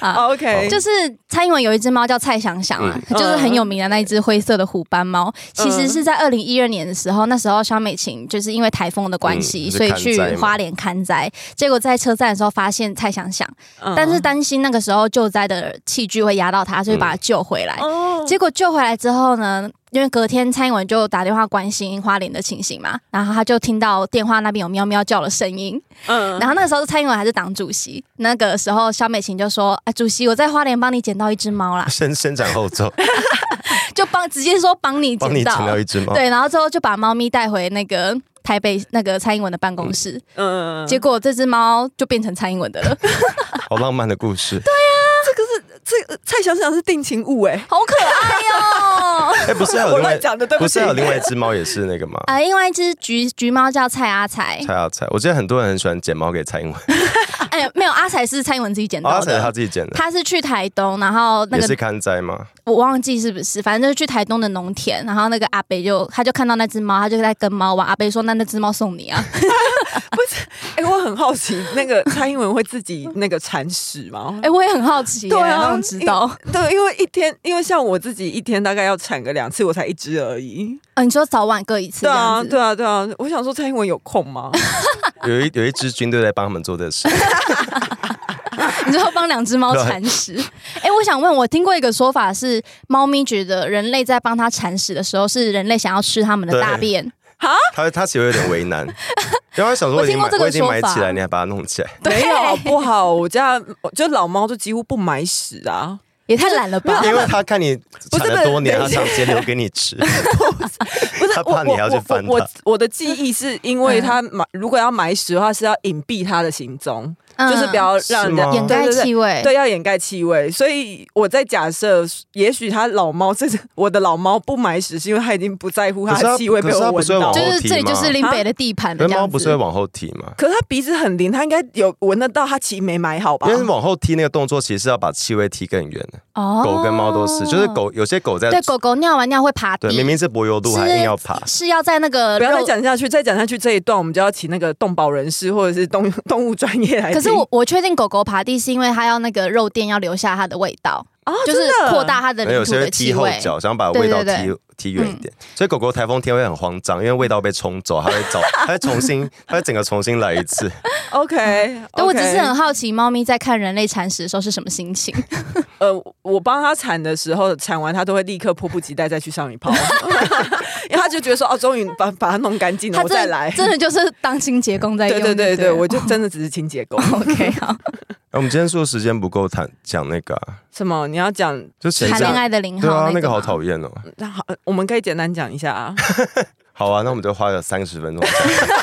C: 哦 OK，
A: 就是蔡英文有一只猫叫蔡想想啊，
C: 嗯
A: 就是很有名的那一只灰色的虎斑猫。
B: 嗯
A: 其实是在二零一二年的时候，那时候肖美琴就是因为台风的关
B: 嗯
A: 系，所以
B: 去看灾
A: 去
B: 嘛
A: 花莲看灾。结果在车站的时候发现蔡想想，
C: 嗯
A: 但是担心那个时候救灾的器具会压到它，所以把它救回来。
C: 哦，
A: 结果救回来之后呢，因为隔天蔡英文就打电话关心花莲的情形嘛，然后他就听到电话那边有喵喵叫的声音，
C: 嗯
A: 然后那个时候蔡英文还是党主席，那个时候肖美琴就说：“啊，主席，我在花莲帮你捡到一只猫 啦，
B: 先先斩后 奏，
A: 就帮直接说帮你
B: 帮你
A: 捡
B: 请
A: 到。
B: 到一只猫。
A: 对，然后之后就把猫咪带回那个台北那个蔡英文的办公室，
C: 嗯，
A: 结果这只猫就变成蔡英文的了，
B: 好浪漫的故事。
C: 这蔡想想是定情物哎，
A: 好可爱哦哟、
B: 哎、不是还有
C: 我
B: 另外
C: 乱讲的，对
B: 不
C: 起
B: 是还。有另外一只猫也是那个吗？
A: 啊，另外一只橘橘猫叫蔡阿才，
B: 蔡阿蔡，我记得很多人很喜欢捡猫给蔡英文，
A: 哎，没有阿才是蔡英文自己捡
C: 哦
B: 阿
A: 到
B: 才
A: 的。
B: 他自己捡的，
A: 他是去台东，然后那
B: 也
A: 个
B: 是看灾吗？
A: 我忘记是不是，反正就是去台东的农田，然后那个阿北就他就看到那只猫，他就在跟猫玩。阿北说：“那那只猫送你 啊。
C: 哎，我很好奇，那个蔡英文会自己那个铲屎吗
A: 哎、？我也很好奇耶、
C: 对啊
A: 好想知道。
C: 对，因为一天，因为像我自己一天大概要铲个两次，我才一只而已。
A: 啊，你说早晚各一次
C: 对
A: 这
C: 啊，
A: 样子，
C: 对啊，对啊。我想说蔡英文有空吗？
B: 有一有一支军队在帮他们做这事，
C: 啊
A: 你说帮两只猫铲屎。哎、我想问，我听过一个说法是，猫咪觉得人类在帮它铲屎的时候，是人类想要吃它们的大便。
B: 他他其实有点为 难，然后他想说
A: 我
B: 我已经
A: 听过
B: 买
A: 这个
B: 我已经买
A: 说法
B: 起来，你还把它弄起来，
A: 对
C: 没有好不好？我家就老猫就几乎不买屎啊，
A: 也太懒了吧！
B: 因为他看你
C: 不
B: 产
C: 是
B: 了多年，
C: 不
B: 他
C: 是
B: 想截留给你 吃，
C: 不是
B: 他
C: 我
B: 怕你还要去翻它
C: 我我我我的记忆是因为
A: 嗯
C: 它买，如果要买屎的话是要隐蔽它的行踪，
A: 嗯
C: 就是不要让人家
B: 是吗
A: 掩盖
C: 对对对
A: 气味。
C: 对，要掩盖气味，所以我在假设，也许它老猫，这是我的老猫不买屎，是因为它已经不在乎它
B: 可是
C: 的
B: 它
C: 气味
B: 可
C: 被
B: 是它
C: 我
B: 不
C: 闻
B: 是会
C: 到
B: 往。
A: 就
B: 后
A: 是这里就是林北的地盘
B: 因为
A: 的
B: 猫
A: 样
B: 不是会
A: 子。
B: 往后踢吗？
C: 可是它鼻子很灵，它应该有闻得到，它其实没买好 吧
B: 因？为往后踢那个动作，其实是要把气味踢更远的。
A: 哦
B: 狗跟猫都是，就是狗有些狗在
A: 对狗狗尿完尿会爬地，
B: 对明明是柏油路，还硬要爬。
A: 是要在那个
C: 不要再
A: 肉
C: 讲下去，再讲下去这一段，我们就要请那个动保人士或者是动 动物专业来听。
A: 可是我我确定狗狗爬地是因为它要那个肉垫要留下它的味道，
C: 啊，
A: 就是
C: 真的
A: 扩大它的
B: 没有有
A: 领土
B: 些
A: 的
B: 会
A: 气
B: 踢后
A: 味。
B: 脚，想把味道
A: 对对嗯
B: 踢踢远一点。所以狗狗台风天会很慌张，因为味道被冲走，它会找，它会重新，它会整个重新来一次。哎
C: OK，
A: 但嗯我只是
C: OK
A: 很好奇，猫咪在看人类铲屎的时候是什么心 情？
C: 呃，我帮他铲的时候，铲完他都会立刻迫不及待再去上一泡， 因为他就觉得说哦，终于把把它弄干净了，
A: 它
C: 我再
A: 真的
C: 来。
A: 真的就是当清洁工在用。
C: 对 对对
A: 对
C: 对，
A: 了
C: 我就真的只是清洁工。
A: OK 好。
B: 哎我们今天说时间不够谈讲那个、啊，
C: 什么？你要讲？
B: 就前
A: 谈恋
B: 讲
A: 爱的零
B: 对
A: 号
B: 啊，那
A: 个
B: 个好
A: 吗
B: 讨厌哦。
C: 那好，呃我们可以简单讲一下啊。
B: 好啊，那我们就花了三十分钟讲。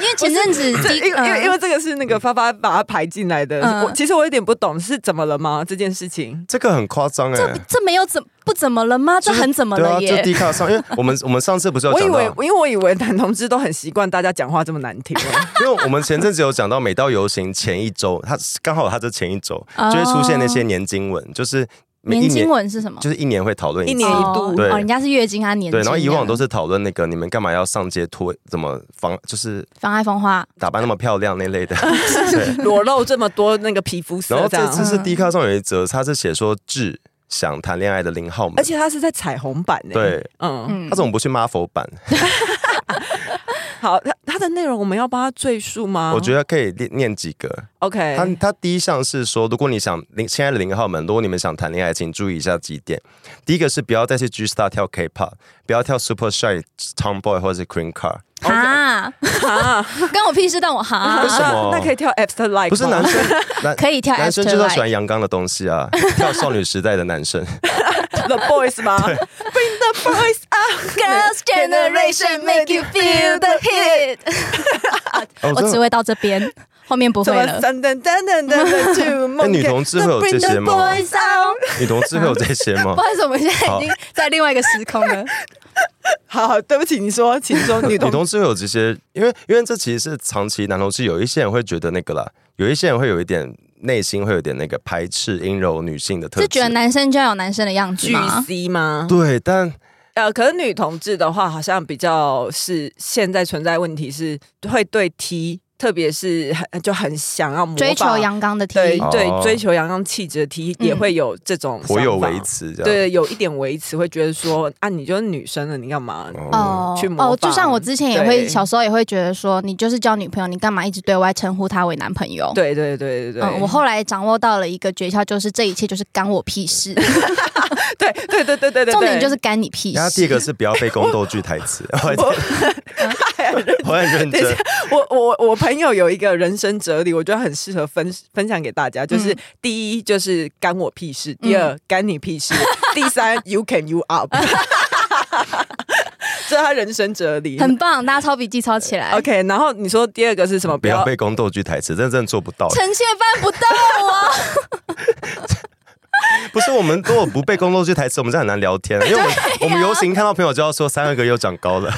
A: 因为前阵子
C: 因为
A: 第呃
C: 因为因为这个是那个发发把它排进来的，
A: 嗯
C: 我其实我有点不懂是怎么了吗？这件事情。
B: 这个很夸张哎、
A: 呃这没有怎不怎么了吗？这
B: 就是
A: 很怎么
B: 对啊，
A: 了
B: 就
A: 耶？
B: D 卡上，因为我们我们上次不是有
C: 我以
B: 讲到
C: 为，，因为我以为男同志都很习惯大家讲话这么难听，
B: 因为我们前阵子有讲到，每到游行前一周，它刚好它这前一周就会出现那些年经文，就是。每
A: 哦年
B: 一
A: 经
B: 年
A: 文是什么？
B: 就是一年会讨论
C: 一
B: 次
C: 年一
A: 哦
C: 度
B: 对
A: 哦，人家是月经，他年
B: 对，然后
A: 经
B: 以
A: 这
B: 往
A: 样
B: 都是讨论那个你们干嘛要上街脱，怎么防，就是
A: 妨碍风化，
B: 打扮那么漂亮那 类的。对，
C: 裸露这么多那个皮肤
B: 然
C: 色
B: 后
C: 这
B: 这次
C: 样，
B: 是 D 卡上有一则，他是写说志想谈恋爱的林浩们，
C: 而且他是在彩虹版呢、
B: 对
C: 嗯，
A: 嗯
B: 他，怎么不去 Marvel 版？
C: 好，他他的内容我们要帮他赘述
A: 啊
C: 吗？
B: 我觉
C: 得
B: 得可以念念几个。
C: OK，
B: 他他第一项是说，如果你想零亲爱的零号们，如果你们想谈恋爱，请注意以下几点。第一个是不要再去 G Star 跳 K-pop，不要跳 Super Shy、Tomboy 或者是 Queen Car。
A: 哈，
C: 啊，
A: 关我屁事，但我
B: 为
A: 哈
B: 什么
C: 那可以跳 After Life，
B: 不是男生，男
A: 哎可以跳 after
B: 男
A: life，
B: 生就是要喜欢阳刚的东西啊，跳少女时代的男 生。
C: The Boys 吗？Bring the Boys
A: Girls Generation make you feel the heat。
B: 哦
A: 我只会到这边，后面不
C: 怎
A: 会
C: 么
A: 了。
C: 等等等等等等去梦？
B: 哎女同 志会有这些吗
C: Bring the boys out
B: 女同志会有这些吗
A: 不？好意思，我们现在已经在另外一个时空了。
C: 好，好对不起，你说，请说，女
B: 女
C: 同
B: 同志会有这些，因为因为这其实是长期男同志，有一些人会觉得那个啦，有一些人会有一点内心会有点那个排斥阴柔女性 的特
A: 是
B: 质。
A: 觉得男生就要有男生的样子
C: 巨
A: 吗？
C: C 吗？
B: 对，但
C: 呃，可是女同志的话，好像比较是现在存在问题是会对 T，特别是很就很想要模仿
A: 追求阳刚的 T，
C: 对
B: 哦
C: 对追求阳刚气质的 T
A: 嗯
C: 也会有这种
B: 颇有啊
C: 想法
B: 维。持这样。
C: 对，有一点维持，会觉得说啊，你就是女生了，你干嘛？
B: 哦，
A: 哦
C: 嗯去模仿
A: 哦，就像我之前也会
C: 对
A: 小时候也会觉得说，你就是交女朋友，你干嘛一直对外称呼她为男朋友？
C: 对对对对对，
A: 嗯，我后来掌握到了一个诀窍，就是这一切就是干我 屁事，
C: 对对对对对对，
A: 重点就是干你屁
B: 然后第
A: 事。
B: 二个是不要背宫斗剧台词，我很 我很认
C: 等一
B: 真
C: 下。我我我朋友有一个人生哲理，我觉得很适合分分享给大家，就是、
A: 嗯
C: 第一就是干我屁事，第二、干你屁事，第三 you can you up，这是他人生哲理。
A: 很棒，大家抄笔记抄起来。
C: OK，然后你说第二个是什么？
B: 不要背宫斗剧台词，真的真的做不到。
A: 臣妾办不到啊！
B: 不是我们如果不背宫斗剧台词，我们真的很难聊天。啊 因为我们
C: 啊
B: 我们游行看到朋友就要说三二个又长高了。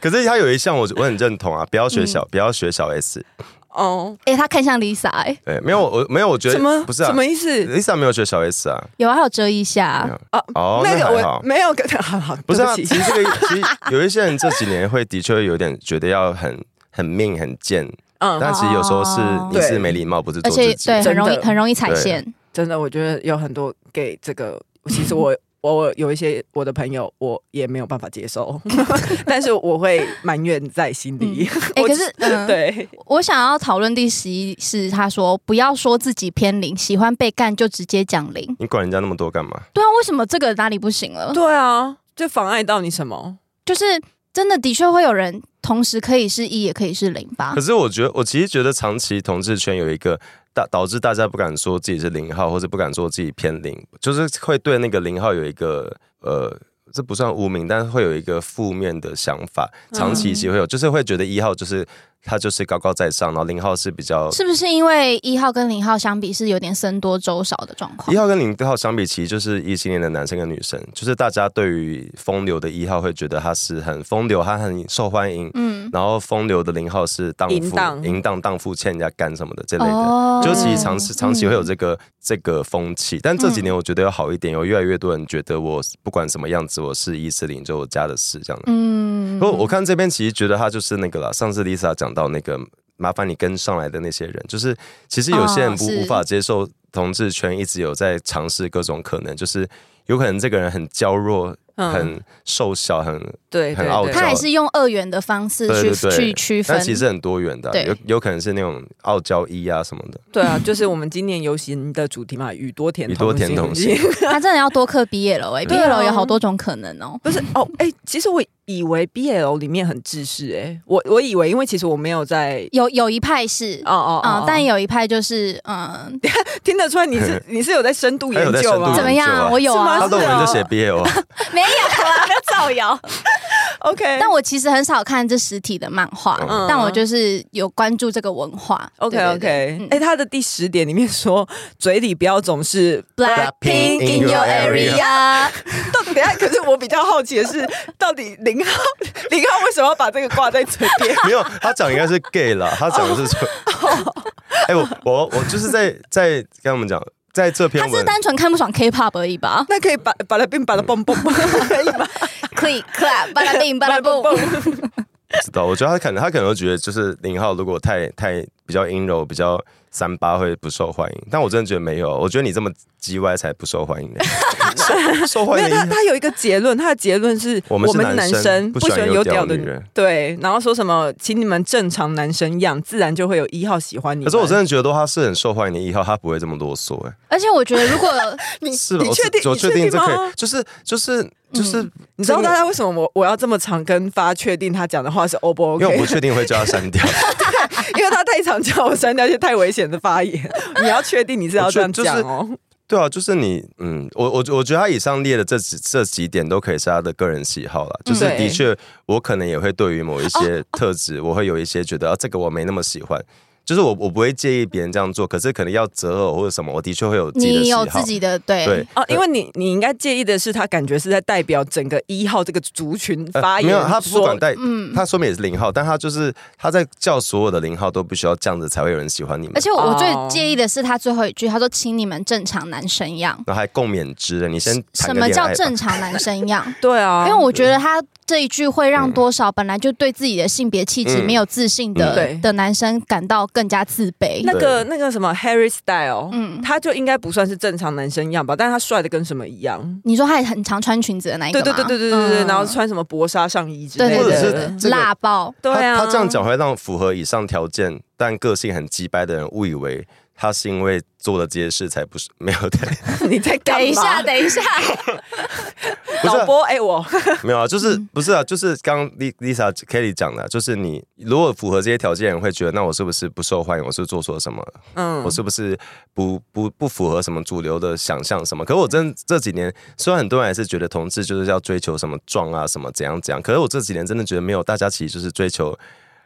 B: 可是他有一项我我很认同啊，不要学
C: 嗯
B: 小，不要学小 S。
C: 哦，
A: 哎、他看向 Lisa，、欸、
B: 对，没有我没有，我觉
C: 什么
B: 得不是啊
C: 什么意思？
B: ，Lisa 没有学小 S 啊。
A: 有啊，还有遮一下
B: 没有，
C: 啊
B: 哦
C: 那
B: 那
C: 个
B: 还
C: 我
B: 好
C: 没有跟 好好，
B: 不是啊，
C: 对
B: 其
C: 起
B: 实这 个其实有一些人这几年会的确有点觉得要很很命很贱，
C: 嗯，
B: 但其实有时候是
A: 哦
B: 你是没礼貌，不是
A: 而
B: 做自
A: 且
B: 己。
A: 对，很容易
C: 真的
A: 很容易踩线。
C: 真的，我觉得有很多给这个，其 实我。我有一些我的朋友，我也没有办法接受， 但是我会埋怨在心里。
A: 哎、
C: 我
A: 可是嗯，
C: 对，
A: 我想要讨论第十一是他说不要说自己偏零，喜欢被干就直接讲零。
B: 你管人家那么多干嘛？
A: 对啊，为什么这个哪里不行了？
C: 对啊，这妨碍到你什么？
A: 就是真的的确会有人同时可以是一，也可以是零吧
B: 可。是我觉得，我其实觉得长期同志圈有一个大导致大家不敢说自己是零号，或者不敢说自己偏零，就是会对那个零号有一个呃。这不算污名，但是会有一个负面的想法，
A: 嗯
B: 长期其实会有，就是会觉得一号就是他就是高高在上，然后零号是比较
A: 是不是因为一号跟零号相比是有点僧多粥少的状况
B: 一？号跟零号相比，其实就是异性恋的男生跟女生，就是大家对于风流的一号会觉得他是很风流，他很受欢迎，
A: 嗯，
B: 然后风流的零号是荡妇
C: 淫荡、
B: 淫荡、荡妇欠人家干什么的这类的。
A: 哦
B: 就其实长期长期会有
A: 嗯
B: 这个、这个风气，但这几年我觉得要好一点，有越来越多人觉得我不管什么样子，我是一四零，就我家的事这样的。
A: 嗯
B: 不过我看这边其实觉得他就是那个了，上次 Lisa 讲到那个麻烦你跟上来的那些人，就是其实有些人不、
A: 哦是
B: 无法接受同志圈一直有在尝试各种可能，就是有可能这个人很娇弱、
A: 嗯
B: 很瘦小、很
C: 嗯对
B: 很
C: 对
B: 傲娇
A: 他
C: 对，
A: 还是用二元的方式
B: 啊对
A: 去
B: 对对，
A: 去区分
B: 但。其实很多元的啊、
A: 对
B: 有有可能是那种傲娇一啊什么的。
C: 对啊，就是我们今年游行的主题嘛，宇多田
B: 宇多田同
C: 性
B: 性
A: 他真的要多课 BL 哎、欸、
C: 对啊
A: ，BL 有好多种可能哦、
C: 不是哦，哎、其实我以为 BL 里面很自私、哎，我我以为，因为其实我没有在。
A: 有有一派是
C: 哦哦
A: 啊、
C: 哦，
A: 但有一派就是嗯，
C: 听得出来你 是你是有在深度研究吗
B: 他有在深度研究
A: 怎么样啊？我有
C: 是
A: 啊
B: 他
C: 吗，
B: 论文就写 BL，啊
A: 没有啊， 造谣。
C: ？OK，
A: 但我其实很少看这实体的漫画，
C: 嗯
A: 但我就是有关注这个文化。
C: OK
A: 对
C: OK，哎、
A: 对对嗯
C: 他的第十点里面说，嘴里不要总是
A: Blackpink
B: in your area
C: 到等一下，可是我比较好奇的是，到底林浩林浩为什么要把这个挂在嘴边？
B: 没有，他讲应该是 gay 啦，他讲的是 说，哎、我我我就是在在跟他们讲，在这篇
A: 他是
B: 文，
A: 单纯看不爽 K-pop 而已吧
C: 那可以把把它并把它 蹦蹦蹦， 可以吗？
A: ？Click clap，巴拉 蹦巴拉蹦。
B: 不知道，我觉得他可能他可能会觉得就是林浩如果太太比较阴柔，比较三八会不受欢迎，但我真的觉得没有，我觉得你这么叽歪才不受欢 迎呢，受受
C: 没
B: 欢
C: 有
B: 迎
C: 他，他有一个结论，他的结论是
B: 我们是
C: 男
B: 男生
C: 不
B: 不
C: 喜
B: 喜
C: 欢
B: 欢
C: 有
B: 有
C: 屌
B: 屌
C: 的
B: 的人
C: 对，然后说什么，请你们正常男生样，自然就会有一号喜欢你
B: 可
C: 们。
B: 是我真的觉得他是很受欢迎的一号，他不会这么啰嗦哎、
A: 而且我觉得，如果
C: 你
B: 是吧？
C: 你
B: 我
C: 确定？
B: 我
C: 你
B: 确定这可
C: 吗嗯
B: 以，就是就是就是，
C: 你知道大家为什么我我要这么常跟发确定他讲的话是 O 不 OK？
B: 因为我不确定会叫他删掉，
C: 因为他太常叫我删掉一些太危险的发言， 你要确定你是要这样讲哦。
B: 对啊，就是你，嗯，我我我觉得他以上列的这几这几点都可以是他的个人喜好
A: 嗯
B: 了。就是
C: 对
B: 的确，我可能也会对于某
A: 哦
B: 一些特质，我会有一些觉得啊，这个我没那么喜欢。就是我我不会介意别人这样做，可是可能要择偶或者什么，我的确会有自己的
A: 你
B: 喜
A: 有
B: 好。
A: 自己的对
B: 对
C: 哦，因为你你应该介意的是，他感觉是在代表整个一号这个族群
B: 呃
C: 发言
B: 没
C: 说、
B: 有他不管带，
A: 嗯
B: 他说明也是零号，但他就是他在叫所有的零号都必须要这样子才会有人喜欢你们
A: 而，且我
C: 哦
A: 我最介意的是他最后一句，他说：“请你们正常男生样。
B: 然后还共勉之了。你先”谈
A: 什
B: 个
A: 么
B: 恋
A: 叫
B: 爱吧
A: 正常男生样？
C: 对啊，
A: 因为我觉得他这一句会让多少本来就对自己的性别气质
B: 嗯
A: 没有自信
C: 嗯
A: 的
C: 对
A: 的男生感到更加自卑。
C: 那个那个什么 Harry Style，
A: 嗯
C: 他就应该不算是正常男生样吧，但是他帅的跟什么一样？
A: 你说他也很常穿裙子的那一个
C: 对
A: 吗
C: 对对对对对对，
A: 嗯
C: 然后穿什么薄纱上衣之
A: 对
C: 类
A: 对
B: 或者
A: 对
B: 是
C: 的。
B: 这个
A: 辣爆，
C: 对啊，
B: 他他这样讲会让符合以上条件但个性很鸡掰的人误以为他是因为做了这些事才不是没有的，
C: 你在干嘛
A: 等一下，等一下，
B: 不是
C: 老
B: 啊
C: 波，哎，我
B: 没有啊，就是不是啊，就是刚刚 Li- Lisa Kelly 讲的，就是你如果符合这些条件，人会觉得那我是不是不受欢迎？我是不是做错了什么？
C: 嗯
B: 我，是不是不不不符合什么主流的想象什么？可我真这几年，虽然很多人还是觉得同志就是要追求什么壮啊什么怎样怎样，可是我这几年真的觉得没有，大家其实就是追求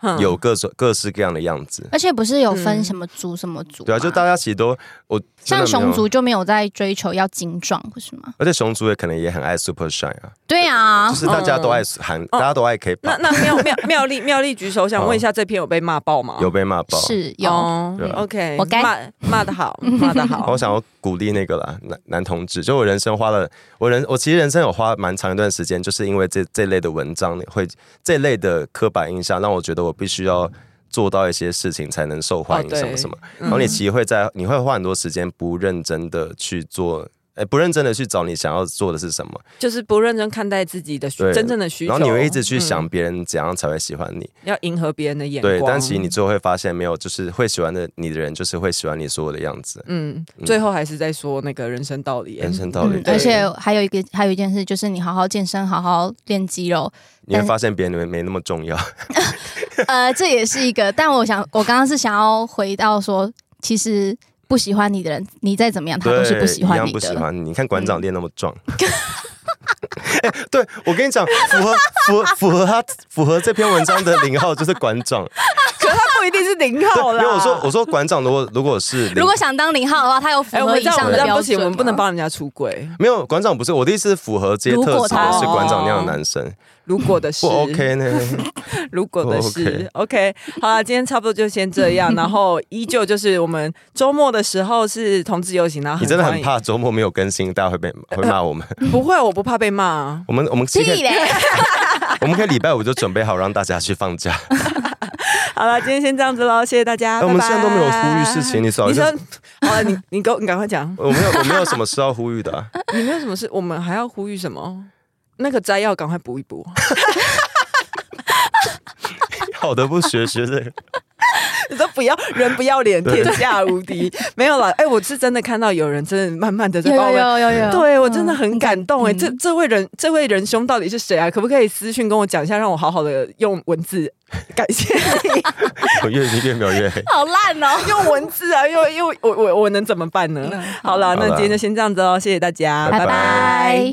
C: 嗯
B: 有各种各式各样的样子。
A: 而且不是有分什么族什么族吗？
B: 对啊，就大家其实都我真
A: 像
B: 的没有
A: 熊族就没有在追求要精壮，不是吗？
B: 而且熊族也可能也很爱 Super Shine 啊，
A: 对啊哦
B: 就，是大家都爱韩，大家都爱
C: 那
B: K-pop，
C: 那妙妙妙丽妙 丽举手，想
B: 好
C: 问一下，这篇有被骂爆吗？
B: 哦有被骂爆。
A: 是有。
C: 哦
B: 对啊
C: OK，
A: 我该
C: 骂骂的 好，骂的好
B: 我。想要鼓励那个啦，男男同志，就我人生花了，我人我其实人生有花蛮长一段时间，就是因为这这类的文章会这类的刻板印象，让我觉得我必须要做到一些事情才能受欢
C: 哦
B: 迎
C: 对
B: 什么什么，然后你其实会在你会花很多时间不认真的去做，哎，不认真的去找你想要做的是什么，
C: 就是不认真看待自己的需
B: 对
C: 真正的需求，
B: 然后你会一直去
C: 嗯
B: 想别人怎样才会喜欢你，
C: 要迎合别人的眼光。
B: 对，但其实你最后会发现，没有，就是会喜欢的你的人，就是会喜欢你所有的样子，
C: 嗯，最后还是在说那个人生道理。
B: 人生道理
A: 嗯。，
B: 对
A: 而且还有一个，还有一件事就是，你好好健身，好好练肌 肉。
B: 你会发现别人没没那么重要。
A: 嗯呃，这也是一个。但我想，我刚刚是想要回到说，其实不喜欢你的人，你再怎么样，他都
B: 对，
A: 是不喜欢
B: 一
A: 你
B: 样不喜
A: 的。嗯
B: 欢你。你看馆长练那么 壮。哎、对我跟你讲，符合符合符合他符合这篇文章的零号就是馆长，
C: 可是他不一定是零
B: 对，
C: 号
B: 因
C: 啦。
B: 为我说我说馆长如果如果是零
A: 如果想当零号的话，他有符
C: 哎，我
A: 合
C: 们
A: 以
C: 这样我
A: 上
C: 们
A: 的
C: 这样
A: 标
C: 不行，
A: 准。啊
C: 我们不能。帮人家出轨。
B: 没有馆长不是我的意思，是符合这些
A: 如
B: 特
A: 果
B: 质
A: 他哦
B: 的是馆长那样的男生，
C: 如果的是
B: 不 OK 呢？
C: 如果的是 OK，好了，今天差不多就先这样。然后依旧就是我们周末的时候是同志游行，然后
B: 你真的很
C: 欢迎
B: 怕周末没有更新，大家会被会骂我们。
C: 不会，我不怕被骂啊。
B: 我们我们其实可以
A: 屁 嘞！
B: 我们可以礼拜五就准备好让大家去放假。
C: 好了，今天先这样子喽，谢谢大家。
B: 哎我们现在都没有
C: 拜拜
B: 呼吁事情你早
C: 你
B: 就
C: 说好了，你你给我，你赶快讲。
B: 我没有，我没有什么事要呼吁的啊、
C: 你没有什么事，我们还要呼吁什么？那个摘要赶快补一补。
B: 好的不学，学的
C: 你说不要人不要脸，
B: 对
C: 天下无 敌。没有啦，哎、我是真的看到有人真的慢慢的在
A: 有
C: 帮我
A: 有
C: 们。
A: 有有有，
C: 对，我
A: 嗯
C: 真的很感动哎、这这位人，这位仁兄到底是谁啊？可不可以私讯跟我讲一下，让我好好的用文 字感谢你，
B: 我越越描越黑。
A: 好烂哦。
C: 用文字啊，因为因为我我我能怎么办呢？
A: 嗯
C: 好了，那
B: 好啦
C: 今天就先这样子哦，谢谢大家，
B: 拜
A: 拜拜。